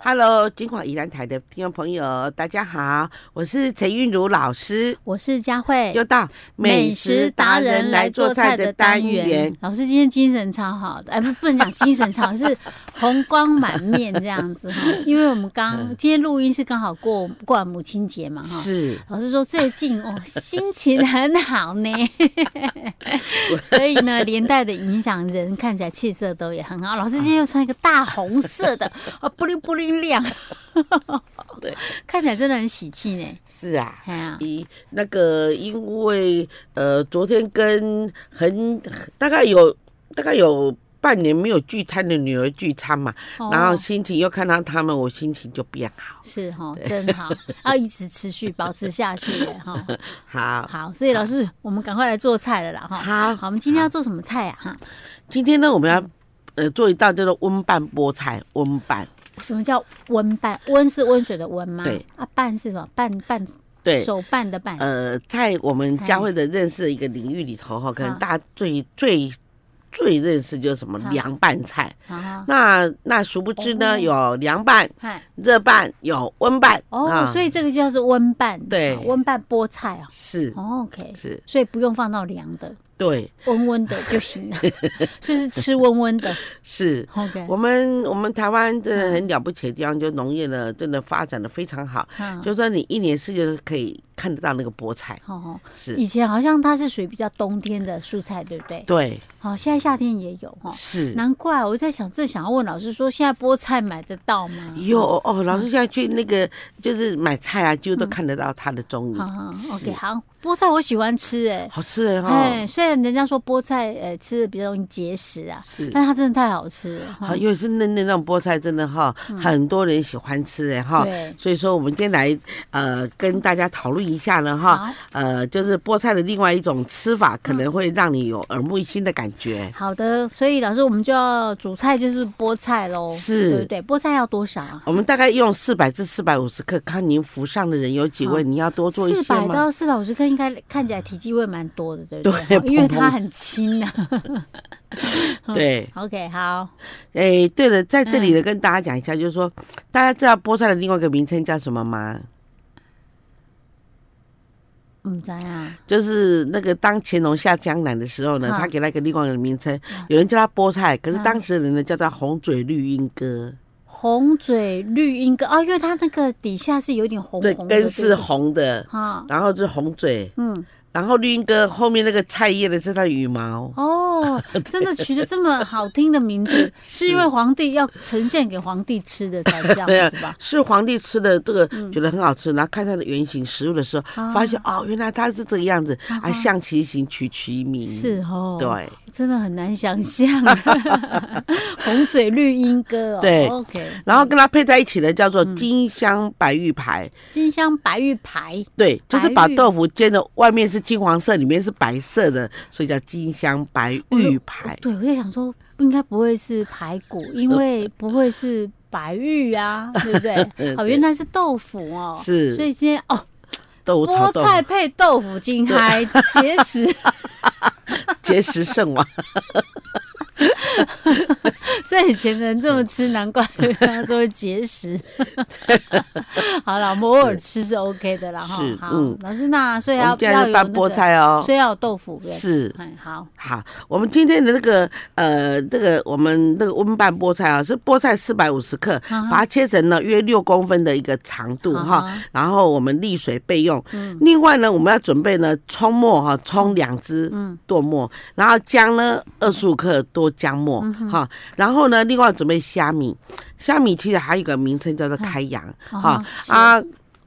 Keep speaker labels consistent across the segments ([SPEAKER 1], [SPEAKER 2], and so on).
[SPEAKER 1] Hello，金广宜兰台的听众朋友，大家好，我是陈韵如老师，
[SPEAKER 2] 我是佳慧，
[SPEAKER 1] 又到美食达人来做菜的单元。。
[SPEAKER 2] 老师今天精神超好的，哎，不，不能讲精神超好， 是红光满面这样 子哈。因为我们刚今天录音是刚好过过完母亲节嘛哈。
[SPEAKER 1] 嗯是，
[SPEAKER 2] 老师说最近哦心情很 好呢，所以呢连带的影响人看起来气色都也很好。老师今天又穿一个大红色的，啊，布灵布灵亮，
[SPEAKER 1] 对，
[SPEAKER 2] 看起来真的很喜气呢。
[SPEAKER 1] 是啊。
[SPEAKER 2] 哎呀，
[SPEAKER 1] 一那个，因为呃，昨天跟很大概有大概有半年没有聚餐的女儿聚餐嘛，
[SPEAKER 2] 哦
[SPEAKER 1] 然后心情又看到他们，我心情就变好。
[SPEAKER 2] 是哈，真好，要一直持续保持下去耶哈。
[SPEAKER 1] 好，
[SPEAKER 2] 好，所以老师，我们赶快来做菜了啦哈。
[SPEAKER 1] 好，
[SPEAKER 2] 好，我们今天要做什么菜啊？哈，
[SPEAKER 1] 今天呢，我们要呃做一道叫做温拌菠菜，温拌
[SPEAKER 2] 什么叫温拌？温是温水的温吗？
[SPEAKER 1] 对。
[SPEAKER 2] 啊，拌是什么？拌拌
[SPEAKER 1] 对。
[SPEAKER 2] 手拌的拌。
[SPEAKER 1] 呃，在我们佳慧的认识的一个领域里头
[SPEAKER 2] 嗯
[SPEAKER 1] 哈，可能大家最最最认识就是什么
[SPEAKER 2] 好
[SPEAKER 1] 凉拌菜。
[SPEAKER 2] 啊，
[SPEAKER 1] 那那殊不知
[SPEAKER 2] 嗯哦
[SPEAKER 1] 呢，有凉拌、
[SPEAKER 2] 嗨。
[SPEAKER 1] 热拌，有温拌。
[SPEAKER 2] 哦，所
[SPEAKER 1] 以
[SPEAKER 2] 以这个叫做温拌。
[SPEAKER 1] 啊对
[SPEAKER 2] 啊温拌菠菜啊。
[SPEAKER 1] 是
[SPEAKER 2] 哦 OK，
[SPEAKER 1] 是，
[SPEAKER 2] 所以不用放到凉的，
[SPEAKER 1] 对，
[SPEAKER 2] 温温的就 行了，所以是吃温温的。
[SPEAKER 1] 是。
[SPEAKER 2] OK，
[SPEAKER 1] 我们我们台湾真的很了不起的地方，就农业呢，真的发展的非常好。
[SPEAKER 2] 嗯
[SPEAKER 1] 就说你一年四季都可以看得到那个菠菜，
[SPEAKER 2] 好好。
[SPEAKER 1] 是
[SPEAKER 2] 以前好像它是属于比较冬天的蔬菜，对不对？
[SPEAKER 1] 对，
[SPEAKER 2] 好，哦现在夏天也有哈。
[SPEAKER 1] 是
[SPEAKER 2] 难怪我在想，这想要问老师说，现在菠菜买得到吗？
[SPEAKER 1] 有
[SPEAKER 2] 嗯
[SPEAKER 1] 哦。老师现在去那个就是买菜啊，几乎都看得到它的踪
[SPEAKER 2] 好
[SPEAKER 1] 影，
[SPEAKER 2] 好
[SPEAKER 1] 嗯是
[SPEAKER 2] ，OK，好，菠菜我喜欢吃、哎。
[SPEAKER 1] 好吃哎
[SPEAKER 2] 哎，
[SPEAKER 1] 哈。
[SPEAKER 2] 虽然人家说菠菜，呃，吃的比较容易结石啊，
[SPEAKER 1] 是，
[SPEAKER 2] 但它嗯真的太好吃了。
[SPEAKER 1] 好，又是嫩嫩那种菠菜，真的哈，很多人喜欢吃哎哈。
[SPEAKER 2] 嗯对，
[SPEAKER 1] 所以说，我们今天来呃跟大家讨论一下呢哈，
[SPEAKER 2] 好
[SPEAKER 1] 呃，就是菠菜的另外一种吃法，可能会让你有耳目一新的感觉。
[SPEAKER 2] 好的，所以老师我们就要主菜就是菠菜喽，
[SPEAKER 1] 是
[SPEAKER 2] 对不对？菠菜要多少啊？
[SPEAKER 1] 我们大概用四百至四百五十克，看您服上的人有几位，
[SPEAKER 2] 好
[SPEAKER 1] 你要多做一
[SPEAKER 2] 嗯四
[SPEAKER 1] 些
[SPEAKER 2] 百
[SPEAKER 1] 吗？
[SPEAKER 2] 到四百五十克，应该看起来体积会蛮多的，对不对？
[SPEAKER 1] 对
[SPEAKER 2] 好因为
[SPEAKER 1] 砰砰
[SPEAKER 2] 它很轻啊。嗯
[SPEAKER 1] 对，
[SPEAKER 2] OK，好，
[SPEAKER 1] 哎，对了，在这里
[SPEAKER 2] 嗯
[SPEAKER 1] 呢，跟大家讲一下，就是说，大家知道菠菜的另外一个名称叫什么吗？
[SPEAKER 2] 嗯，怎样？
[SPEAKER 1] 就是那个当乾隆下江南的时候呢，
[SPEAKER 2] 嗯
[SPEAKER 1] 他给他一个另外一个名称，有人叫它菠菜，可是当时的人呢叫它红嘴绿鹦哥，
[SPEAKER 2] 红嘴绿鹦哥哦，因为它那个底下是有点红
[SPEAKER 1] 对
[SPEAKER 2] 红，的，
[SPEAKER 1] 根是
[SPEAKER 2] 不对
[SPEAKER 1] 红的，
[SPEAKER 2] 哈，
[SPEAKER 1] 然后就是红嘴，
[SPEAKER 2] 嗯，
[SPEAKER 1] 然后绿鹦哥后面那个菜叶的是它的羽毛，？
[SPEAKER 2] 哦，真的取得这么好听的名字，是因为皇帝要呈现给皇帝吃的才这样子吧
[SPEAKER 1] 啊
[SPEAKER 2] 嗯
[SPEAKER 1] 是皇帝吃的这个觉得很好吃，然后看它的原型食物的时候，
[SPEAKER 2] 啊
[SPEAKER 1] 发现哦，原来它是这个样子，啊，象其形，取其名，
[SPEAKER 2] 是哦，，
[SPEAKER 1] 啊对。
[SPEAKER 2] 真的很难想象， 红嘴绿鹦哥哦，
[SPEAKER 1] 对
[SPEAKER 2] ，OK，
[SPEAKER 1] 然后跟它配在一起的叫做
[SPEAKER 2] 嗯
[SPEAKER 1] 金香白玉排，
[SPEAKER 2] 金香白玉排，
[SPEAKER 1] 对，就是
[SPEAKER 2] 白
[SPEAKER 1] 把
[SPEAKER 2] 玉
[SPEAKER 1] 豆腐煎的外面是金黄色，里面是白色的，所以叫金香白玉排。
[SPEAKER 2] 对我就想说，应该不会是排骨，因为不会是白玉啊，对不对？哦，
[SPEAKER 1] 对
[SPEAKER 2] 原来是豆腐哦，
[SPEAKER 1] 是
[SPEAKER 2] 所以今天哦，
[SPEAKER 1] 豆腐炒
[SPEAKER 2] 菠
[SPEAKER 1] 豆
[SPEAKER 2] 菜
[SPEAKER 1] 腐，
[SPEAKER 2] 配豆腐金开结 石，
[SPEAKER 1] 结石圣 王。
[SPEAKER 2] 所以以前人这么吃，难怪他说会结 石。好了，我们偶尔吃是 OK 的啦哈。
[SPEAKER 1] 是
[SPEAKER 2] 好
[SPEAKER 1] 嗯
[SPEAKER 2] 老师那所以
[SPEAKER 1] 我们
[SPEAKER 2] 要
[SPEAKER 1] 今天
[SPEAKER 2] 啊要
[SPEAKER 1] 是
[SPEAKER 2] 有
[SPEAKER 1] 拌
[SPEAKER 2] 那
[SPEAKER 1] 菠
[SPEAKER 2] 个，
[SPEAKER 1] 菜哦，
[SPEAKER 2] 所以要有豆腐。对
[SPEAKER 1] 是
[SPEAKER 2] 哎，好，
[SPEAKER 1] 好。我们今天的那个呃，这个我们那个温拌菠菜啊，是菠菜四百五十克，
[SPEAKER 2] 啊哈啊
[SPEAKER 1] 把它切成了约六公分的一个长度哈。
[SPEAKER 2] 哈
[SPEAKER 1] 然后我们沥水备用。
[SPEAKER 2] 嗯
[SPEAKER 1] 另外呢，我们要准备呢葱末哈，葱两只，
[SPEAKER 2] 嗯，
[SPEAKER 1] 剁末，然后姜呢二十五克多姜末
[SPEAKER 2] 嗯
[SPEAKER 1] 哈、然后呢另外准备虾米，虾米其实还有一个名称叫做开阳哈
[SPEAKER 2] 嗯哦是
[SPEAKER 1] 啊。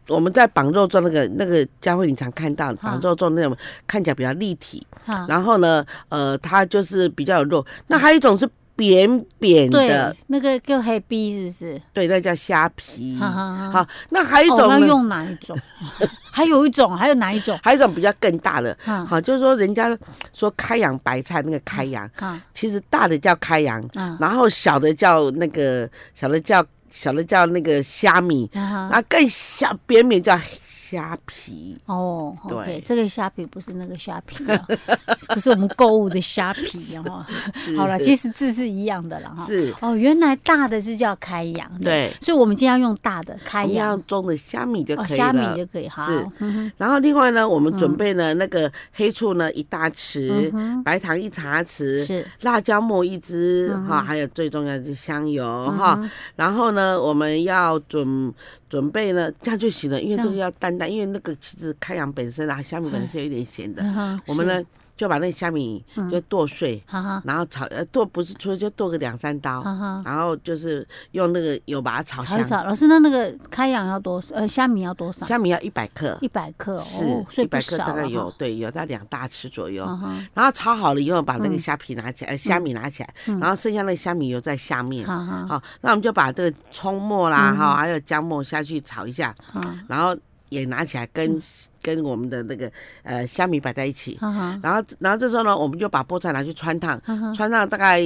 [SPEAKER 1] 我们在绑肉粽那个那个佳慧，你常看到
[SPEAKER 2] 嗯
[SPEAKER 1] 绑肉粽那种看起来比较立体，
[SPEAKER 2] 哈
[SPEAKER 1] 然后呢，呃，它就是比较有肉。那还有一种是扁扁的
[SPEAKER 2] 嗯对，，那个叫黑逼是不是？
[SPEAKER 1] 对，那叫虾皮。
[SPEAKER 2] 哈哈哈。
[SPEAKER 1] 嗯好，那还有一
[SPEAKER 2] 嗯哦我
[SPEAKER 1] 种
[SPEAKER 2] 们
[SPEAKER 1] 呢，
[SPEAKER 2] 要用哪一种？ 还有一种，还有哪一种？
[SPEAKER 1] 还有一种比较更大的，
[SPEAKER 2] 哈
[SPEAKER 1] 好，就是说人家说开阳白菜那个开阳，
[SPEAKER 2] 哈
[SPEAKER 1] 其实大的叫开阳，
[SPEAKER 2] 啊
[SPEAKER 1] 然后小的叫那个小的叫小的叫那个虾米，
[SPEAKER 2] 哈
[SPEAKER 1] 然后更小扁扁叫虾皮，
[SPEAKER 2] 哦
[SPEAKER 1] 对
[SPEAKER 2] ，OK，这个虾皮不是那个虾皮、啊， 不是我们购物的虾皮啊哈。
[SPEAKER 1] 是
[SPEAKER 2] 好了，
[SPEAKER 1] 是
[SPEAKER 2] 其实字是一样的了哈。
[SPEAKER 1] 是
[SPEAKER 2] 哦，原来大的是叫开阳，，
[SPEAKER 1] 对，
[SPEAKER 2] 所以我们今天要用大的开
[SPEAKER 1] 我们要
[SPEAKER 2] 嗯阳，
[SPEAKER 1] 种的虾米就
[SPEAKER 2] 哦，
[SPEAKER 1] 可以
[SPEAKER 2] 虾米
[SPEAKER 1] 了。
[SPEAKER 2] 就可以哈。
[SPEAKER 1] 是
[SPEAKER 2] 嗯哼
[SPEAKER 1] 然后另外呢，我们准备了那个黑醋呢一大匙
[SPEAKER 2] 嗯，哼，
[SPEAKER 1] 白糖一茶匙，
[SPEAKER 2] 是
[SPEAKER 1] 辣椒末一支
[SPEAKER 2] 嗯
[SPEAKER 1] 哈，
[SPEAKER 2] 哼
[SPEAKER 1] 还有最重要的是香油
[SPEAKER 2] 嗯
[SPEAKER 1] 哈。
[SPEAKER 2] 哼
[SPEAKER 1] 然后呢，我们要准准备呢，这样就行了，因为这
[SPEAKER 2] 这
[SPEAKER 1] 个要淡淡，因为那个其实开阳本身啊，虾米本身是有点咸的。
[SPEAKER 2] 嗯哼
[SPEAKER 1] 哦我们呢就把那个虾米
[SPEAKER 2] 嗯
[SPEAKER 1] 就剁碎，
[SPEAKER 2] 哈哈
[SPEAKER 1] 然后炒呃剁不是除了就剁个两三刀，
[SPEAKER 2] 哈哈，
[SPEAKER 1] 然后就是用那个油把它炒
[SPEAKER 2] 嗯炒一
[SPEAKER 1] 香。
[SPEAKER 2] 炒。老师，那那个开阳要多少？呃，虾米要多少？
[SPEAKER 1] 虾米要一百克，
[SPEAKER 2] 一百克哦，
[SPEAKER 1] 是
[SPEAKER 2] 所
[SPEAKER 1] 一
[SPEAKER 2] 以不
[SPEAKER 1] 百克
[SPEAKER 2] 少
[SPEAKER 1] 大概
[SPEAKER 2] 了
[SPEAKER 1] 有
[SPEAKER 2] 哈。
[SPEAKER 1] 对有到两大匙左右。
[SPEAKER 2] 嗯哼
[SPEAKER 1] 然后炒好了以后，把那个虾皮拿起来，呃虾米拿起来，
[SPEAKER 2] 嗯
[SPEAKER 1] 然后剩下那个虾米油在下面。
[SPEAKER 2] 哈哈
[SPEAKER 1] 好、那我们就把这个葱末
[SPEAKER 2] 嗯
[SPEAKER 1] 啦，哈、还有姜末下去炒一下，
[SPEAKER 2] 哈
[SPEAKER 1] 然后也拿起来跟、
[SPEAKER 2] 嗯
[SPEAKER 1] 跟我们的那个呃虾米摆在一起。
[SPEAKER 2] 哈哈
[SPEAKER 1] 然后，然后这时候呢，我们就把菠菜拿去穿烫，
[SPEAKER 2] 哈哈，
[SPEAKER 1] 穿烫大概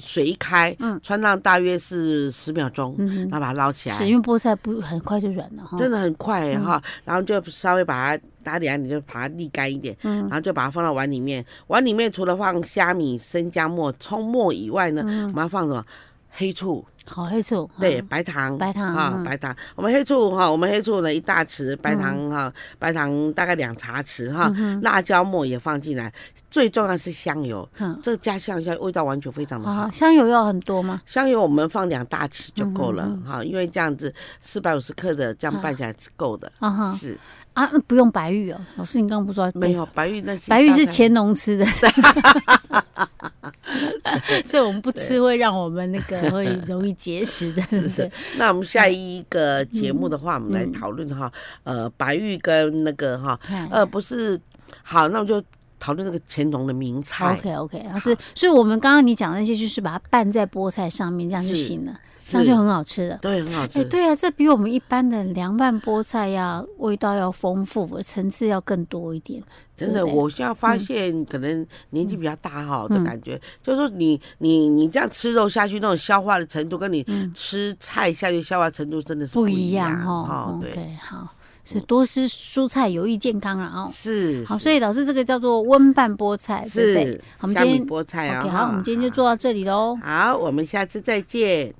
[SPEAKER 1] 水一开，
[SPEAKER 2] 嗯
[SPEAKER 1] 穿烫大约是十秒钟，
[SPEAKER 2] 嗯
[SPEAKER 1] 然后把它捞起来
[SPEAKER 2] 是，因为哦嗯菠菜不很快就软了哈。
[SPEAKER 1] 真的很快耶哈、然后就稍微把它打点，你就把它沥干一点，
[SPEAKER 2] 嗯
[SPEAKER 1] 然后就把它放到碗里面。碗里面除了放虾米、生姜末、葱末以外呢，
[SPEAKER 2] 嗯
[SPEAKER 1] 我们要放什么？黑醋，
[SPEAKER 2] 好黑醋，
[SPEAKER 1] 对，
[SPEAKER 2] 嗯
[SPEAKER 1] 白糖，
[SPEAKER 2] 白糖
[SPEAKER 1] 啊，
[SPEAKER 2] 嗯
[SPEAKER 1] 白糖。我们黑醋哈，我们黑醋呢一大匙，白糖
[SPEAKER 2] 嗯
[SPEAKER 1] 哈，白糖大概两茶匙哈，辣椒末也放进来。最重要是香油，
[SPEAKER 2] 嗯
[SPEAKER 1] 这个加香香味道完全非常的好
[SPEAKER 2] 啊，。香油要很多吗？
[SPEAKER 1] 香油我们放两大匙就够
[SPEAKER 2] 嗯
[SPEAKER 1] 了哈，因为这样子四百五十克的这样拌下来是够的。
[SPEAKER 2] 啊哈
[SPEAKER 1] 是
[SPEAKER 2] 啊，那不用白玉哦，老师你刚刚不是说
[SPEAKER 1] 没？有白玉那些
[SPEAKER 2] 白玉是
[SPEAKER 1] 大概
[SPEAKER 2] 乾隆吃的， 所以我们不吃会让我们那 个会容易结石的，对不对？
[SPEAKER 1] 那我们下一个节目
[SPEAKER 2] 嗯
[SPEAKER 1] 的话，我们来讨论哈，呃，白玉跟那个哈，
[SPEAKER 2] 嗯
[SPEAKER 1] 呃，不是好，那我们就讨论那个乾隆的名菜。
[SPEAKER 2] OK OK，老师，所以我们刚刚你讲的那些就是把它拌在菠菜上面，这样就是行了，这
[SPEAKER 1] 是
[SPEAKER 2] 样就很好吃了。
[SPEAKER 1] 对，很好
[SPEAKER 2] 哎、
[SPEAKER 1] 吃。
[SPEAKER 2] 对啊，这比我们一般的凉拌菠菜呀，味道要丰富，层次要更多一点。
[SPEAKER 1] 真的，
[SPEAKER 2] 对不对
[SPEAKER 1] 我现在发现，可能年纪比较大哈的
[SPEAKER 2] 嗯
[SPEAKER 1] 感觉，就是说你你你这样吃肉下去，那种消化的程度，跟你吃菜下去消化程度真的是
[SPEAKER 2] 嗯不
[SPEAKER 1] 一
[SPEAKER 2] 一样
[SPEAKER 1] 哈
[SPEAKER 2] 哦。。
[SPEAKER 1] 对，嗯
[SPEAKER 2] OK，好，所以多吃蔬菜有益健康啊哦。
[SPEAKER 1] 是。
[SPEAKER 2] 好，
[SPEAKER 1] 是
[SPEAKER 2] 所以老师这个叫做温拌菠菜，对不对
[SPEAKER 1] 是
[SPEAKER 2] 我们
[SPEAKER 1] 虾
[SPEAKER 2] 今
[SPEAKER 1] 米
[SPEAKER 2] 天
[SPEAKER 1] 菠菜啊。
[SPEAKER 2] ？OK，
[SPEAKER 1] 哈
[SPEAKER 2] 好，我们今天就做到这里喽。
[SPEAKER 1] 好，我们下次再见。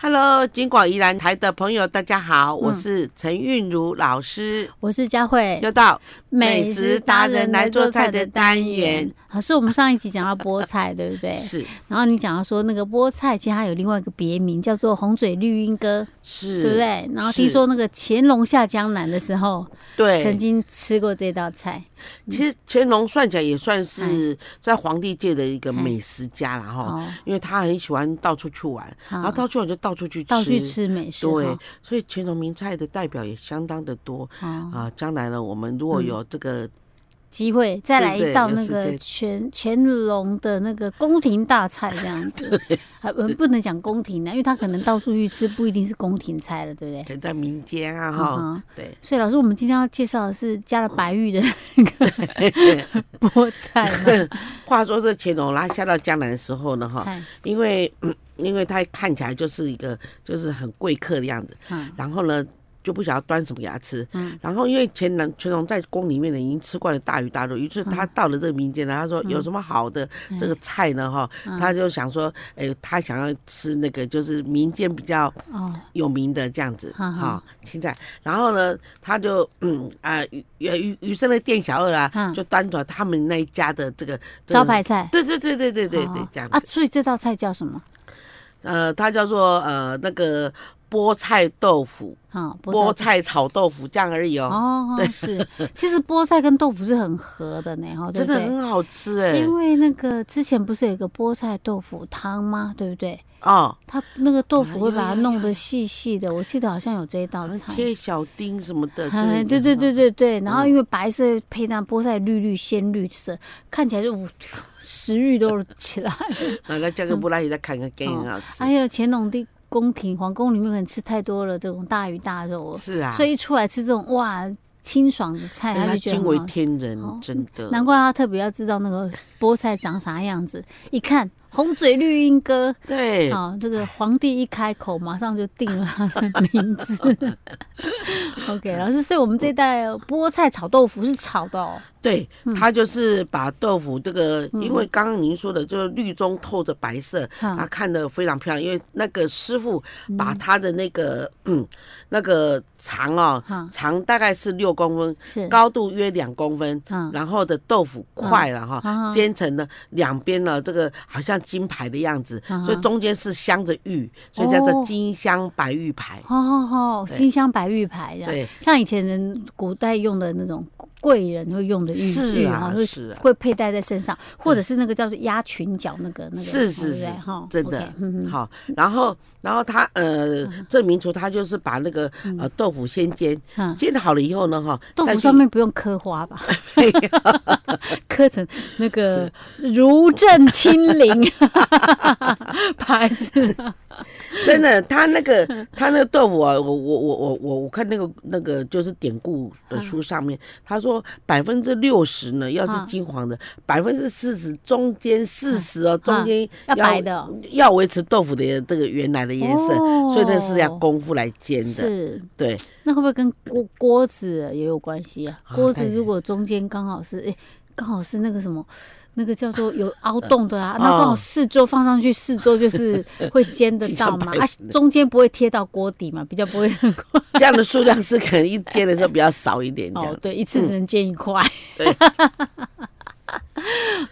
[SPEAKER 1] Hello，金广宜兰台的朋友，大家好，
[SPEAKER 2] 嗯
[SPEAKER 1] 我是陈韵如老师，
[SPEAKER 2] 我是佳慧，
[SPEAKER 1] 又到美食达人来做菜的单元。
[SPEAKER 2] 老师，我们上一集讲到菠菜，对不对？
[SPEAKER 1] 是
[SPEAKER 2] 然后你讲到说那个菠菜，其实它有另外一个别名，叫做红嘴绿鹦哥，
[SPEAKER 1] 是，
[SPEAKER 2] 对不？对？然后
[SPEAKER 1] 是
[SPEAKER 2] 听说那个乾隆下江南的时候，曾
[SPEAKER 1] 对，
[SPEAKER 2] 经吃过这道菜。
[SPEAKER 1] 嗯其实乾隆算起来也算是在皇帝界的一个美食家了哈，
[SPEAKER 2] 哎哦，
[SPEAKER 1] 因为他很喜欢到处去玩，然后
[SPEAKER 2] 好，
[SPEAKER 1] 到处玩就到处去吃，
[SPEAKER 2] 到去吃美食，哦
[SPEAKER 1] 对
[SPEAKER 2] 哈，
[SPEAKER 1] 所以乾隆名菜的代表也相当的多
[SPEAKER 2] 哦，嗯
[SPEAKER 1] 啊。将来呢，我们如果有这个
[SPEAKER 2] 机会再来
[SPEAKER 1] 对
[SPEAKER 2] 一
[SPEAKER 1] 对
[SPEAKER 2] 道
[SPEAKER 1] 有
[SPEAKER 2] 那
[SPEAKER 1] 时
[SPEAKER 2] 个
[SPEAKER 1] 间
[SPEAKER 2] 乾乾隆的那个宫廷大菜这样 子， 还不不能讲宫廷呢，因为他可能到处去吃，不一定是宫廷菜了，对不对？
[SPEAKER 1] 可能在民间
[SPEAKER 2] 嗯
[SPEAKER 1] 啊哈，
[SPEAKER 2] 哈，
[SPEAKER 1] 对。
[SPEAKER 2] 所以老师，我们今天要介绍的是加了白玉的那个菠菜 嘛，
[SPEAKER 1] 话说这乾隆他下到江南的时候呢，哈，
[SPEAKER 2] 嗨
[SPEAKER 1] 因为、 嗯因为他看起来就是一个就是很贵客的样子，
[SPEAKER 2] 嗯
[SPEAKER 1] 然后呢就不晓得端什么给他吃，
[SPEAKER 2] 嗯
[SPEAKER 1] 然后因为乾隆乾隆在宫里面呢已经吃惯了大鱼大肉，于
[SPEAKER 2] 嗯
[SPEAKER 1] 是他到了这个民间呢，他说有什么好的这个菜呢，哈、
[SPEAKER 2] 嗯
[SPEAKER 1] 他就想说，哎、他想要吃那个就是民间比较
[SPEAKER 2] 哦，
[SPEAKER 1] 有名的这样子哈、
[SPEAKER 2] 哈哈
[SPEAKER 1] 青菜。然后呢，他就嗯啊，余余余生的店小二啊，
[SPEAKER 2] 嗯
[SPEAKER 1] 就端出来他们那一家的这个这个
[SPEAKER 2] 招牌菜，
[SPEAKER 1] 对对对对对对对
[SPEAKER 2] 哦，
[SPEAKER 1] 这样
[SPEAKER 2] 啊，
[SPEAKER 1] 子。
[SPEAKER 2] 所以这道菜叫什么？
[SPEAKER 1] 呃，它叫做呃那个菠菜豆腐、
[SPEAKER 2] 啊，
[SPEAKER 1] 菠菜炒豆腐这样而已哦，
[SPEAKER 2] 哦，是，其实菠菜跟豆腐是很合的呢，哦哈，
[SPEAKER 1] 真
[SPEAKER 2] 对不
[SPEAKER 1] 的
[SPEAKER 2] 对？
[SPEAKER 1] 很好吃哎
[SPEAKER 2] 因为那个之前不是有一个菠菜豆腐汤吗？对不对？
[SPEAKER 1] 哦，
[SPEAKER 2] 它那个豆腐
[SPEAKER 1] 啊
[SPEAKER 2] 会
[SPEAKER 1] 有
[SPEAKER 2] 把它
[SPEAKER 1] 有
[SPEAKER 2] 弄
[SPEAKER 1] 有
[SPEAKER 2] 得细细的，我记得好像有这一道菜。
[SPEAKER 1] 切小丁什么的，真
[SPEAKER 2] 哎
[SPEAKER 1] 的
[SPEAKER 2] 对对对对对，然后
[SPEAKER 1] 嗯
[SPEAKER 2] 因为白色配上菠菜绿绿鲜绿色，看起来就我 食欲都起来了。
[SPEAKER 1] 啊，那加个布拉吉再看看，更
[SPEAKER 2] 哦
[SPEAKER 1] 很好
[SPEAKER 2] 还
[SPEAKER 1] 吃。
[SPEAKER 2] 有乾隆的宫廷皇宫里面可能吃太多了这种大鱼大肉了，
[SPEAKER 1] 是啊，
[SPEAKER 2] 所以一出来吃这种哇清爽的菜，
[SPEAKER 1] 哎
[SPEAKER 2] 他
[SPEAKER 1] 它
[SPEAKER 2] 就觉得
[SPEAKER 1] 惊
[SPEAKER 2] 很
[SPEAKER 1] 为
[SPEAKER 2] 好吃
[SPEAKER 1] 天人
[SPEAKER 2] 哦，
[SPEAKER 1] 真的。
[SPEAKER 2] 难怪他特别要知道那个菠菜长啥样子，一看红嘴绿鹦哥。
[SPEAKER 1] 对，哎
[SPEAKER 2] 好、这个皇帝一开口，马上就定了他的名字。OK，老师，所以我们这代菠菜炒豆腐是炒的哦。
[SPEAKER 1] 对，它就是把豆腐这个，因为刚刚您说的，就是绿中透着白色，啊，
[SPEAKER 2] 嗯嗯
[SPEAKER 1] 看得非常漂亮。因为那个师傅把他的那个嗯那个肠哦，
[SPEAKER 2] 哈，
[SPEAKER 1] 长大概是六公分，
[SPEAKER 2] 是，
[SPEAKER 1] 高度约两公分，
[SPEAKER 2] 嗯，
[SPEAKER 1] 然后的豆腐块了哈，
[SPEAKER 2] 啊
[SPEAKER 1] 煎成了两边呢，这个好像金牌的样子，
[SPEAKER 2] 啊哈
[SPEAKER 1] 所以中间是镶着玉，所以叫
[SPEAKER 2] 哦
[SPEAKER 1] 做金镶白玉牌。
[SPEAKER 2] 好好好，
[SPEAKER 1] 对
[SPEAKER 2] 金镶白玉牌这样，
[SPEAKER 1] 对，
[SPEAKER 2] 像以前人古代用的那种贵人会用的玉
[SPEAKER 1] 是
[SPEAKER 2] 玉
[SPEAKER 1] 啊
[SPEAKER 2] 哈，，会
[SPEAKER 1] 是啊，
[SPEAKER 2] 会佩戴在身上，或者是那个叫做压裙角那个那个，
[SPEAKER 1] 是是
[SPEAKER 2] 对不对
[SPEAKER 1] 是
[SPEAKER 2] 哈，
[SPEAKER 1] 真的
[SPEAKER 2] OK，嗯嗯，
[SPEAKER 1] 好。然后，然后他呃，这名厨他就是把那个呃豆腐先煎，
[SPEAKER 2] 嗯
[SPEAKER 1] 煎好了以后呢，哈，
[SPEAKER 2] 豆
[SPEAKER 1] 再
[SPEAKER 2] 腐
[SPEAKER 1] 去
[SPEAKER 2] 上 面不用刻花吧？
[SPEAKER 1] 嘿
[SPEAKER 2] 刻成那个如朕 亲临牌子，
[SPEAKER 1] 真的，他那 个他那个豆腐啊，我我我我我我看那个那个就是典故的书上面，
[SPEAKER 2] 嗯
[SPEAKER 1] 他说百分之六十呢要
[SPEAKER 2] 啊
[SPEAKER 1] 是金黄的，百分之四十中间四十哦，中间
[SPEAKER 2] 嗯要白的哦
[SPEAKER 1] 要维持豆腐的这个原来的颜色，
[SPEAKER 2] 哦
[SPEAKER 1] 所以那是要功夫来煎的。
[SPEAKER 2] 是。
[SPEAKER 1] 对，
[SPEAKER 2] 那会不会跟锅锅子也有关系啊？
[SPEAKER 1] 啊
[SPEAKER 2] 锅子
[SPEAKER 1] 当然
[SPEAKER 2] 如果中间刚好是哎，刚、好是那个什么，那个叫做有凹洞的啊，
[SPEAKER 1] 哦
[SPEAKER 2] 那刚好四周放上去，四周 就是会煎得到嘛，
[SPEAKER 1] 几张
[SPEAKER 2] 啊
[SPEAKER 1] 白纸，
[SPEAKER 2] 中间不会贴到锅底嘛，比较不会
[SPEAKER 1] 这样的数量是可能一煎的时候比较少一点这
[SPEAKER 2] 哦
[SPEAKER 1] 样。，
[SPEAKER 2] 对，一次只能煎一块。
[SPEAKER 1] 对嗯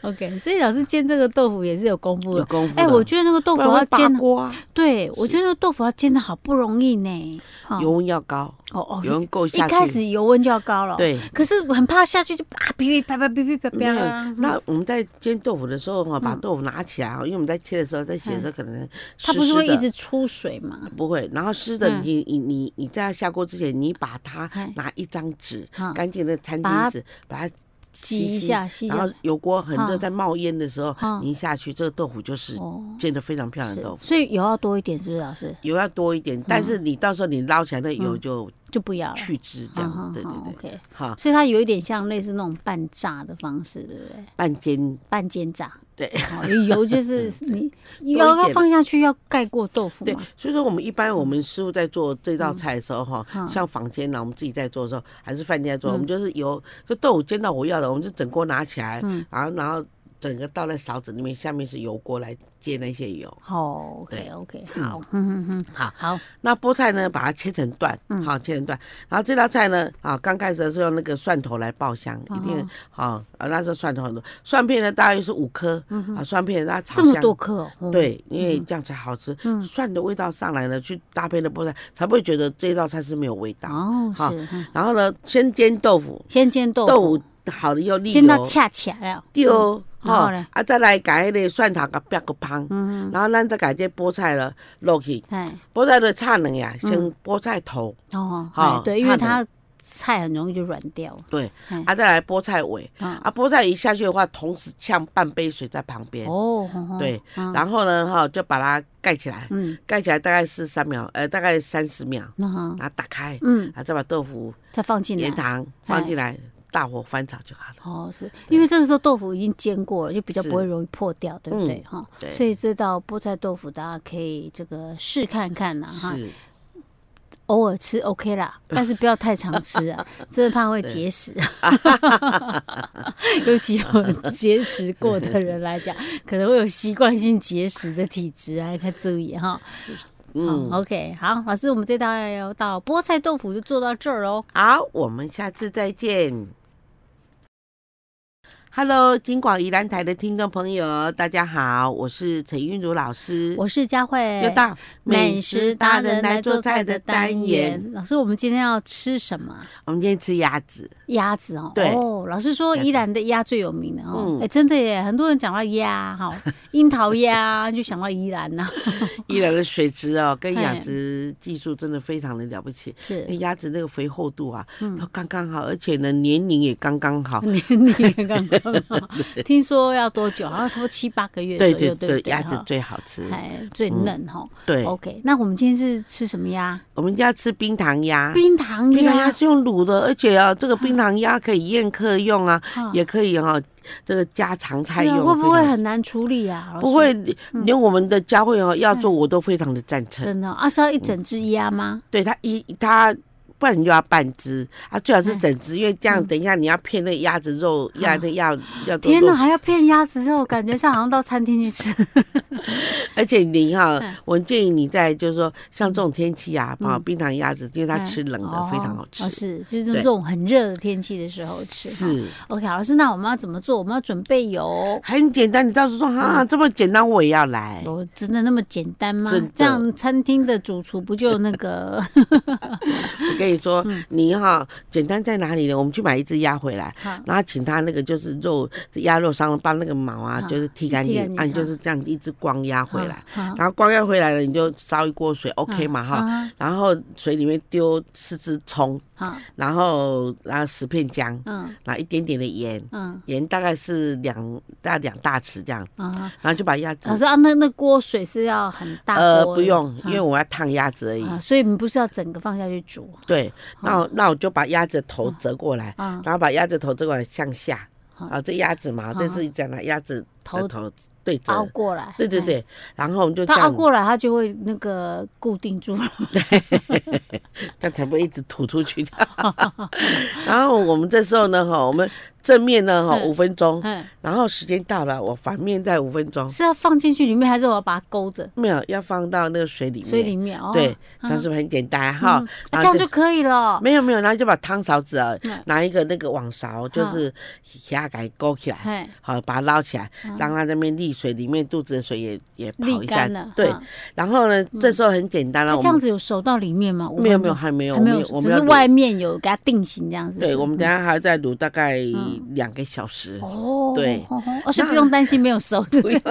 [SPEAKER 2] OK，所以老师煎这个豆腐也是有功夫
[SPEAKER 1] 有
[SPEAKER 2] 的。
[SPEAKER 1] 功夫的。
[SPEAKER 2] 哎、我觉得那个豆
[SPEAKER 1] 不
[SPEAKER 2] 腐
[SPEAKER 1] 然
[SPEAKER 2] 要
[SPEAKER 1] 会
[SPEAKER 2] 煎
[SPEAKER 1] 扒，锅啊，
[SPEAKER 2] 对我觉得那个豆腐要煎的好不容易呢。哈
[SPEAKER 1] 油温要高，
[SPEAKER 2] 哦哦，
[SPEAKER 1] 油温够
[SPEAKER 2] 嗯一
[SPEAKER 1] 下去。
[SPEAKER 2] 开始油温就要高了。。
[SPEAKER 1] 对。
[SPEAKER 2] 可是我很怕下去就啊，哔哔叭叭哔哔叭
[SPEAKER 1] 没
[SPEAKER 2] 叭
[SPEAKER 1] 有
[SPEAKER 2] 啊，，嗯
[SPEAKER 1] 那我们在煎豆腐的时候哈、把豆腐拿起来哈，因为我们在切的时候，在洗的时候可能湿
[SPEAKER 2] 它不是
[SPEAKER 1] 湿
[SPEAKER 2] 会一
[SPEAKER 1] 的，
[SPEAKER 2] 直出水吗？
[SPEAKER 1] 不会。然后湿的
[SPEAKER 2] 嗯
[SPEAKER 1] 你，你你你在它下锅之前，你把它
[SPEAKER 2] 哎
[SPEAKER 1] 拿一张纸
[SPEAKER 2] 嗯，
[SPEAKER 1] 干净的餐
[SPEAKER 2] 把它
[SPEAKER 1] 巾纸，把它
[SPEAKER 2] 挤
[SPEAKER 1] 吸
[SPEAKER 2] 一
[SPEAKER 1] 吸
[SPEAKER 2] 下，吸一
[SPEAKER 1] 然
[SPEAKER 2] 下
[SPEAKER 1] 后。油锅很热，
[SPEAKER 2] 嗯
[SPEAKER 1] 在冒烟的时候
[SPEAKER 2] 嗯，
[SPEAKER 1] 你一下去，这个豆腐就是
[SPEAKER 2] 哦，
[SPEAKER 1] 煎的非常漂亮的
[SPEAKER 2] 是
[SPEAKER 1] 豆，腐。
[SPEAKER 2] 所以油要多一点，是不是老师？
[SPEAKER 1] 油要多一点，但是你到时候你捞起来那油
[SPEAKER 2] 嗯
[SPEAKER 1] 就
[SPEAKER 2] 就不要了。
[SPEAKER 1] 去汁，这
[SPEAKER 2] 好
[SPEAKER 1] 样
[SPEAKER 2] 好
[SPEAKER 1] 对对
[SPEAKER 2] 好
[SPEAKER 1] 对，
[SPEAKER 2] ，OK。
[SPEAKER 1] 好
[SPEAKER 2] 所以它有一点像类似那种半炸的方式，对不对？
[SPEAKER 1] 半煎
[SPEAKER 2] 半煎炸。
[SPEAKER 1] 对
[SPEAKER 2] 哦，因为油就是你油
[SPEAKER 1] 多一
[SPEAKER 2] 要
[SPEAKER 1] 点
[SPEAKER 2] 放下去要盖过豆腐
[SPEAKER 1] 对
[SPEAKER 2] 嘛。，
[SPEAKER 1] 所以说我们一般我们师傅在做这道菜的时候哈，
[SPEAKER 2] 嗯
[SPEAKER 1] 像房间呢，我们自己在做的时候，还是饭店在做，我们就是油就豆腐煎到我要的，我们就整锅拿起来，
[SPEAKER 2] 嗯
[SPEAKER 1] 然后然后整个倒在勺子里面，下面是油锅来煎那些油。
[SPEAKER 2] 好，OK
[SPEAKER 1] 对
[SPEAKER 2] OK，好，嗯嗯嗯，
[SPEAKER 1] 好
[SPEAKER 2] 好，
[SPEAKER 1] 那菠菜
[SPEAKER 2] 嗯
[SPEAKER 1] 呢，把它切成段，好切成段。然后这道菜呢，啊，刚开始的时候用那个蒜头来爆香，
[SPEAKER 2] 嗯
[SPEAKER 1] 一定好，啊那时候蒜头很多，蒜片呢大约是五颗，啊蒜片让它炒
[SPEAKER 2] 嗯这么
[SPEAKER 1] 香。
[SPEAKER 2] 多颗哦，哦，
[SPEAKER 1] 对，因为这样才好吃，
[SPEAKER 2] 嗯
[SPEAKER 1] 蒜的味道上来了，去搭配的菠菜，才不会觉得这道菜是没有味道。
[SPEAKER 2] 哦
[SPEAKER 1] 啊好
[SPEAKER 2] 是，嗯
[SPEAKER 1] 然后呢，先煎豆腐，
[SPEAKER 2] 先煎豆
[SPEAKER 1] 豆
[SPEAKER 2] 腐，
[SPEAKER 1] 腐好了以后沥油，
[SPEAKER 2] 煎到恰起来了，
[SPEAKER 1] 丢
[SPEAKER 2] 然后
[SPEAKER 1] 哈
[SPEAKER 2] 呢，嗯
[SPEAKER 1] 啊再来改迄个蒜头甲煸个香，然后咱再改这菠菜了落去，
[SPEAKER 2] 哎，
[SPEAKER 1] 菠菜就炒两下，先
[SPEAKER 2] 嗯
[SPEAKER 1] 菠菜头，
[SPEAKER 2] 哦，哎
[SPEAKER 1] 好
[SPEAKER 2] 对，因为
[SPEAKER 1] 差
[SPEAKER 2] 它菜很容易就软掉，
[SPEAKER 1] 对
[SPEAKER 2] 嗯，
[SPEAKER 1] 啊再来菠菜尾，
[SPEAKER 2] 嗯
[SPEAKER 1] 啊菠菜一下去的话，同时呛半杯水在旁边，
[SPEAKER 2] 哦，哦哦
[SPEAKER 1] 对，
[SPEAKER 2] 嗯
[SPEAKER 1] 然后呢哈就把它盖起来，
[SPEAKER 2] 嗯，
[SPEAKER 1] 盖起来大概是三秒，呃大概三十秒，
[SPEAKER 2] 那哈
[SPEAKER 1] 然后打开，
[SPEAKER 2] 嗯，哎
[SPEAKER 1] 啊再把豆腐、
[SPEAKER 2] 再放进
[SPEAKER 1] 盐
[SPEAKER 2] 来。
[SPEAKER 1] 糖放进来，大火翻炒就好了。
[SPEAKER 2] 哦，是因为这个时候豆腐已经煎过了，就比较
[SPEAKER 1] 是嗯
[SPEAKER 2] 不会容易破掉，对不对？哈、
[SPEAKER 1] 对
[SPEAKER 2] 所以这道菠菜豆腐大家可以这个试看看呐、哈，
[SPEAKER 1] 是。
[SPEAKER 2] 偶尔吃 OK 啦，但是不要太常吃啊，真的怕会结石。 尤其有节食过的人来讲，可能会有习惯性节食的体质啊，要注意哈。嗯，OK，好，老师，我们这道要到菠菜豆腐就做到这儿哦喽。
[SPEAKER 1] 好，我们下次再见。Hello，金广宜兰台的听众朋友，大家好，我是陈韵如老师，
[SPEAKER 2] 我是佳慧，
[SPEAKER 1] 又到美食达人来做菜的单元。。
[SPEAKER 2] 老师，我们今天要吃什么啊？
[SPEAKER 1] 我们今天吃鸭子，
[SPEAKER 2] 鸭子哦，
[SPEAKER 1] 对
[SPEAKER 2] 哦，老师说
[SPEAKER 1] 鸭子
[SPEAKER 2] 宜兰的鸭最有名的哦，哎、
[SPEAKER 1] 嗯
[SPEAKER 2] 真的耶，很多人讲到 鸭哈，樱桃鸭就想到宜兰啊呐、
[SPEAKER 1] 宜兰的水质哦，跟
[SPEAKER 2] 嘿
[SPEAKER 1] 养殖技术真的非常的了不起。因 为
[SPEAKER 2] 是嗯
[SPEAKER 1] 鸭子那个肥厚度啊，都刚刚好，而且呢，年龄也刚刚好。
[SPEAKER 2] 年龄刚刚有没有？听说要多久？好像差不多七八个月左
[SPEAKER 1] 对对
[SPEAKER 2] 右，不
[SPEAKER 1] 对，鸭子
[SPEAKER 2] 哈哦
[SPEAKER 1] 最好吃。
[SPEAKER 2] 哎最嫩哈。
[SPEAKER 1] 对，
[SPEAKER 2] OK，那我们今天是吃什么鸭？
[SPEAKER 1] 我们家吃冰糖鸭，
[SPEAKER 2] 冰糖
[SPEAKER 1] 啊冰糖鸭
[SPEAKER 2] 鸭。
[SPEAKER 1] 是用卤的，而且啊，这个冰糖鸭可以宴客用啊，
[SPEAKER 2] 哈
[SPEAKER 1] 也可以哈，这个家常菜
[SPEAKER 2] 嗯是
[SPEAKER 1] 用。
[SPEAKER 2] 啊，会不
[SPEAKER 1] 非
[SPEAKER 2] 会
[SPEAKER 1] 常
[SPEAKER 2] 很难处理啊？老师
[SPEAKER 1] 不会，连我们的家会哦要做，我都非常的赞成。
[SPEAKER 2] 真的哦啊？是要一整只鸭吗？
[SPEAKER 1] 对它一它。不然你就要半只啊，最好是
[SPEAKER 2] 哎嗯
[SPEAKER 1] 整只，因为这样等一下你要片那个鸭子肉，鸭的要要多
[SPEAKER 2] 天
[SPEAKER 1] 多
[SPEAKER 2] 哪，还要片鸭子肉，感觉像好像到餐厅去吃。
[SPEAKER 1] 而且你哈
[SPEAKER 2] 嗯，
[SPEAKER 1] 我建议你在就是说像这种天气啊，啊，冰糖鸭子，因为它吃冷的
[SPEAKER 2] 哦
[SPEAKER 1] 非常好吃
[SPEAKER 2] 哦，。是，就是这
[SPEAKER 1] 对
[SPEAKER 2] 种很热的天气的时候吃。哈。
[SPEAKER 1] 是
[SPEAKER 2] OK，老师，那我们要怎么做？我们要准备油。
[SPEAKER 1] 很简单，你到时候说
[SPEAKER 2] 嗯
[SPEAKER 1] 哈这么简单我也要来，
[SPEAKER 2] 有真的那么简单吗
[SPEAKER 1] 真的？
[SPEAKER 2] 这样餐厅的主厨不就那 个？
[SPEAKER 1] 我跟你说，
[SPEAKER 2] 嗯
[SPEAKER 1] 你哈简单在哪里呢？我们去买一只鸭回来，
[SPEAKER 2] 哈
[SPEAKER 1] 然后请他那个就是肉鸭肉商把那个毛啊
[SPEAKER 2] 好
[SPEAKER 1] 就是剃干
[SPEAKER 2] 剃
[SPEAKER 1] 净，
[SPEAKER 2] 干净啊
[SPEAKER 1] 啊你
[SPEAKER 2] 好
[SPEAKER 1] 就是这样一只光鸭回来，，
[SPEAKER 2] 好
[SPEAKER 1] 然后光鸭回来了你就烧一锅水，OK
[SPEAKER 2] 啊
[SPEAKER 1] 嘛哈，
[SPEAKER 2] 哈，
[SPEAKER 1] 然后水里面丢四只葱，
[SPEAKER 2] 好，
[SPEAKER 1] 然后然后十片姜，
[SPEAKER 2] 嗯
[SPEAKER 1] 然后一点点的盐。
[SPEAKER 2] 嗯
[SPEAKER 1] 盐大概是两大两大匙这样，
[SPEAKER 2] 啊。
[SPEAKER 1] 然后就把鸭子
[SPEAKER 2] 老师啊，那那锅水是要很大
[SPEAKER 1] 呃
[SPEAKER 2] 锅的
[SPEAKER 1] 不用，因为
[SPEAKER 2] 啊
[SPEAKER 1] 我要烫鸭子而已。
[SPEAKER 2] 啊所以你不是要整个放下去煮
[SPEAKER 1] 对，那我那我就把鸭子头折过来，
[SPEAKER 2] 啊？
[SPEAKER 1] 然后把鸭子头折过来向下。
[SPEAKER 2] 好
[SPEAKER 1] 啊，这鸭子嘛，这是这样的鸭子头
[SPEAKER 2] 头
[SPEAKER 1] 头对折
[SPEAKER 2] 熬。过来，
[SPEAKER 1] 对对
[SPEAKER 2] 哎，
[SPEAKER 1] 对，然后我们就这
[SPEAKER 2] 它熬
[SPEAKER 1] 样，
[SPEAKER 2] 过来，它就会那个固定住了。
[SPEAKER 1] 这样才不会一直吐出 去。然后我们这时候呢，哈，我们正面呢，哈，
[SPEAKER 2] 嗯
[SPEAKER 1] 五分钟，
[SPEAKER 2] 哎
[SPEAKER 1] 然后时间到了，我反面再五分钟，
[SPEAKER 2] 是要放进去里面，还是我要把它勾着
[SPEAKER 1] 没有要放到那个水里面。
[SPEAKER 2] 水里面？哦
[SPEAKER 1] 对，这
[SPEAKER 2] 啊
[SPEAKER 1] 样是不是很简单哈
[SPEAKER 2] 嗯？啊
[SPEAKER 1] 然
[SPEAKER 2] 这
[SPEAKER 1] 后
[SPEAKER 2] 样就可以了。
[SPEAKER 1] 没有没有，然后就把汤勺子啊
[SPEAKER 2] 嗯，
[SPEAKER 1] 拿一个那个网勺，就是虾给它勾起来，
[SPEAKER 2] 哎，
[SPEAKER 1] 好，把它捞起来，让它那边沥水，里面肚子的水也也跑
[SPEAKER 2] 嗯沥
[SPEAKER 1] 一下
[SPEAKER 2] 干了。。
[SPEAKER 1] 对
[SPEAKER 2] 啊，
[SPEAKER 1] 然后呢，这时候很简单了，
[SPEAKER 2] 它
[SPEAKER 1] 我
[SPEAKER 2] 这样
[SPEAKER 1] 们
[SPEAKER 2] 子有熟到里面吗？五
[SPEAKER 1] 没有
[SPEAKER 2] 分
[SPEAKER 1] 没有
[SPEAKER 2] 钟，
[SPEAKER 1] 还没有，
[SPEAKER 2] 还
[SPEAKER 1] 我
[SPEAKER 2] 没
[SPEAKER 1] 们
[SPEAKER 2] 有
[SPEAKER 1] 有我
[SPEAKER 2] 只
[SPEAKER 1] 们
[SPEAKER 2] 是
[SPEAKER 1] 要
[SPEAKER 2] 外
[SPEAKER 1] 卤。
[SPEAKER 2] 面有给它定型这样子。
[SPEAKER 1] 对，
[SPEAKER 2] 是
[SPEAKER 1] 我们等一下还要再卤大概
[SPEAKER 2] 嗯
[SPEAKER 1] 两个小时。
[SPEAKER 2] 哦，
[SPEAKER 1] 对
[SPEAKER 2] 哦，哦哦所以
[SPEAKER 1] 那
[SPEAKER 2] 不用担心没有熟，对不对？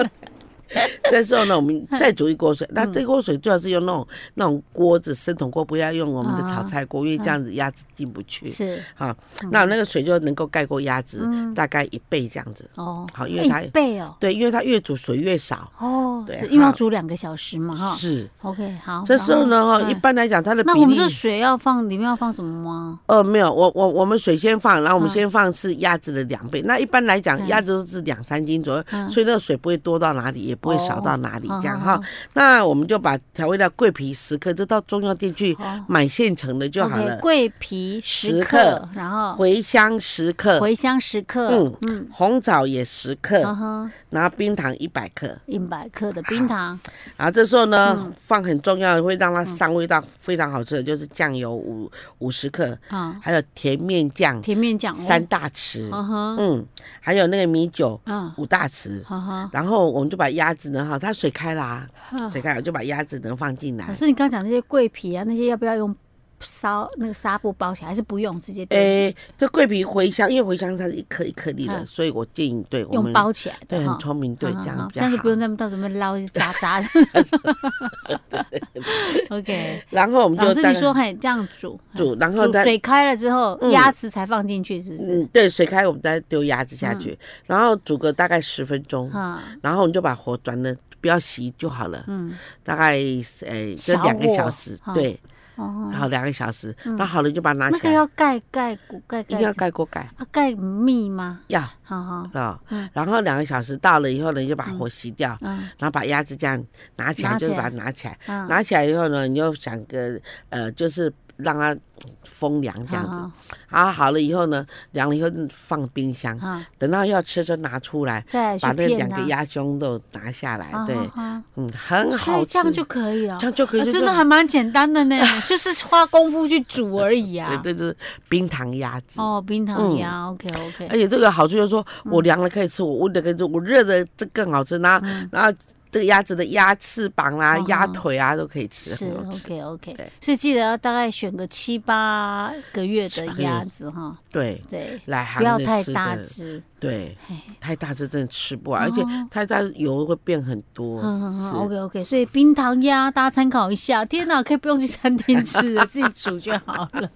[SPEAKER 1] 这时候呢，我们再煮一锅水。
[SPEAKER 2] 嗯
[SPEAKER 1] 那这锅水最好是用那种那种锅子，生铜锅，不要用我们的炒
[SPEAKER 2] 啊
[SPEAKER 1] 菜锅，因为这样子鸭子进不去。
[SPEAKER 2] 是
[SPEAKER 1] 好，那那个水就能够盖过鸭子
[SPEAKER 2] 嗯
[SPEAKER 1] 大概一倍这样子。
[SPEAKER 2] 哦，
[SPEAKER 1] 好因为它
[SPEAKER 2] 一倍哦，
[SPEAKER 1] 对，因为它越煮水越少。
[SPEAKER 2] 哦，
[SPEAKER 1] 对
[SPEAKER 2] 是因为要
[SPEAKER 1] 好
[SPEAKER 2] 煮两个小时嘛，哈。
[SPEAKER 1] 是，
[SPEAKER 2] OK，好。
[SPEAKER 1] 这时候呢，
[SPEAKER 2] 哦
[SPEAKER 1] 哦
[SPEAKER 2] 然后
[SPEAKER 1] 哈，一。般来讲它的
[SPEAKER 2] 哎
[SPEAKER 1] 比
[SPEAKER 2] 那我们
[SPEAKER 1] 例
[SPEAKER 2] 这水要放里面要放什么吗？
[SPEAKER 1] 呃没有，我我我们水先放，然后我们
[SPEAKER 2] 嗯
[SPEAKER 1] 先放是鸭子的两倍。那一般来讲，
[SPEAKER 2] 嗯
[SPEAKER 1] 鸭子都是两三斤左右，
[SPEAKER 2] 嗯
[SPEAKER 1] 所以那个水不会多到哪里，也不会少到哪里
[SPEAKER 2] 哦
[SPEAKER 1] 这样
[SPEAKER 2] 嗯
[SPEAKER 1] 哈。那我们就把调味料桂皮十克，就到中药店去
[SPEAKER 2] 哦
[SPEAKER 1] 买现成的就好
[SPEAKER 2] OK，
[SPEAKER 1] 了。
[SPEAKER 2] 桂皮
[SPEAKER 1] 十
[SPEAKER 2] 十
[SPEAKER 1] 克
[SPEAKER 2] 克，然后
[SPEAKER 1] 茴香十克，
[SPEAKER 2] 茴香十克，
[SPEAKER 1] 嗯
[SPEAKER 2] 嗯，
[SPEAKER 1] 红枣也十
[SPEAKER 2] 啊
[SPEAKER 1] 克，
[SPEAKER 2] 哈，
[SPEAKER 1] 然后冰糖一百克。
[SPEAKER 2] 一百克的冰糖，
[SPEAKER 1] 然后这时候
[SPEAKER 2] 嗯
[SPEAKER 1] 呢，放很重要的会让它上味道非常好吃的就是酱油五五十克，
[SPEAKER 2] 啊，
[SPEAKER 1] 还有甜面酱
[SPEAKER 2] 甜面哦酱，
[SPEAKER 1] 三，大匙，
[SPEAKER 2] 啊哈，
[SPEAKER 1] 嗯，还有那个米酒
[SPEAKER 2] 嗯，
[SPEAKER 1] 五大匙。
[SPEAKER 2] 哈哈。
[SPEAKER 1] 然后我们就把鸭子呢，哈，它水开啦，
[SPEAKER 2] 嗯
[SPEAKER 1] 水开了就把鸭子呢放进来
[SPEAKER 2] 老。师，你刚刚讲那些桂皮啊，那些要不要用烧那个纱布包起来，还是不用直接丢
[SPEAKER 1] 诶，这桂皮茴香，因为茴香它是一颗一颗粒的，
[SPEAKER 2] 嗯
[SPEAKER 1] 所以我建议对我
[SPEAKER 2] 用
[SPEAKER 1] 们
[SPEAKER 2] 包起来
[SPEAKER 1] 对
[SPEAKER 2] 的
[SPEAKER 1] 很
[SPEAKER 2] 哈？
[SPEAKER 1] 聪明，对
[SPEAKER 2] 嗯
[SPEAKER 1] 这样
[SPEAKER 2] 嗯
[SPEAKER 1] 比
[SPEAKER 2] 这
[SPEAKER 1] 较
[SPEAKER 2] 样就不用
[SPEAKER 1] 好。
[SPEAKER 2] 那么到时候捞渣 渣的。OK，
[SPEAKER 1] 然后我们
[SPEAKER 2] 老
[SPEAKER 1] 就
[SPEAKER 2] 师
[SPEAKER 1] 大
[SPEAKER 2] 你
[SPEAKER 1] 概
[SPEAKER 2] 说嘿，这样煮，
[SPEAKER 1] 煮，然后
[SPEAKER 2] 煮
[SPEAKER 1] 再
[SPEAKER 2] 水开了之后，
[SPEAKER 1] 嗯
[SPEAKER 2] 鸭子才放进去，是不是？
[SPEAKER 1] 嗯，对，水开我们再丢鸭子下
[SPEAKER 2] 嗯
[SPEAKER 1] 去，然后煮个大概十分钟。
[SPEAKER 2] 啊，
[SPEAKER 1] 然后你就把火转了，不要熄就好了，
[SPEAKER 2] 嗯，
[SPEAKER 1] 大概呃这
[SPEAKER 2] 小
[SPEAKER 1] 两个
[SPEAKER 2] 火
[SPEAKER 1] 小时，
[SPEAKER 2] 哈
[SPEAKER 1] 对，
[SPEAKER 2] 哦，
[SPEAKER 1] 好两个小时，那好了你就把它拿
[SPEAKER 2] 嗯那
[SPEAKER 1] 起
[SPEAKER 2] 个
[SPEAKER 1] 来，
[SPEAKER 2] 要盖盖骨盖
[SPEAKER 1] 一
[SPEAKER 2] 盖
[SPEAKER 1] 定要
[SPEAKER 2] 子
[SPEAKER 1] 盖锅盖，
[SPEAKER 2] 啊盖密吗？
[SPEAKER 1] 要
[SPEAKER 2] 好好，
[SPEAKER 1] 啊
[SPEAKER 2] 嗯，
[SPEAKER 1] 然后两个小时到了以后呢，你就把火熄掉，
[SPEAKER 2] 嗯
[SPEAKER 1] 然后把鸭子这样拿起来，
[SPEAKER 2] 拿
[SPEAKER 1] 就是
[SPEAKER 2] 起
[SPEAKER 1] 把
[SPEAKER 2] 来
[SPEAKER 1] 它拿起来，
[SPEAKER 2] 嗯，
[SPEAKER 1] 拿起来以后呢，你就想个呃，就是让它风凉这样子，
[SPEAKER 2] 子
[SPEAKER 1] 啊，好了以后呢，凉了以后放冰箱，
[SPEAKER 2] 啊，
[SPEAKER 1] 等到要吃就拿出来。
[SPEAKER 2] 再去
[SPEAKER 1] 把那
[SPEAKER 2] 片
[SPEAKER 1] 两
[SPEAKER 2] 它
[SPEAKER 1] 个，鸭胸都拿下来，
[SPEAKER 2] 啊
[SPEAKER 1] 对，
[SPEAKER 2] 啊
[SPEAKER 1] 嗯，很
[SPEAKER 2] 啊
[SPEAKER 1] 好
[SPEAKER 2] 所以
[SPEAKER 1] 吃，
[SPEAKER 2] 这样就可以了
[SPEAKER 1] 这。样就可以，
[SPEAKER 2] 啊
[SPEAKER 1] 就
[SPEAKER 2] 真
[SPEAKER 1] 是
[SPEAKER 2] 的还蛮简单的 呢，就是花功夫去煮而已啊。
[SPEAKER 1] 对，这嗯是冰糖鸭子。
[SPEAKER 2] 哦，冰糖鸭，OK OK，
[SPEAKER 1] 而且这个好处就是说，
[SPEAKER 2] 嗯
[SPEAKER 1] 我凉了可以吃，我温的可以吃，我热的这更好吃。然后，然后这个鸭子的鸭翅膀啦、
[SPEAKER 2] 嗯哼
[SPEAKER 1] 鸭腿啊都可以吃，
[SPEAKER 2] 是哦
[SPEAKER 1] 很好吃。
[SPEAKER 2] OK OK，
[SPEAKER 1] 对
[SPEAKER 2] 所以记得要大概选个七八个月的
[SPEAKER 1] 七八个月
[SPEAKER 2] 鸭子哈，
[SPEAKER 1] 对，
[SPEAKER 2] 对，
[SPEAKER 1] 来
[SPEAKER 2] 不要
[SPEAKER 1] 行
[SPEAKER 2] 太
[SPEAKER 1] 的吃
[SPEAKER 2] 大
[SPEAKER 1] 的，
[SPEAKER 2] 只，
[SPEAKER 1] 对，
[SPEAKER 2] 嘿
[SPEAKER 1] 太大只真的吃不完，而
[SPEAKER 2] 哦
[SPEAKER 1] 且太大只油会变很多。
[SPEAKER 2] 嗯嗯
[SPEAKER 1] 是
[SPEAKER 2] ，OK OK，所以冰糖 鸭大家参考一下。天哪，可以不用去餐厅吃了，自己煮就好了。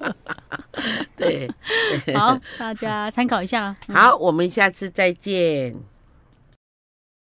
[SPEAKER 1] 对，
[SPEAKER 2] 好，大家参考一下。嗯
[SPEAKER 1] 好，我们下次再见。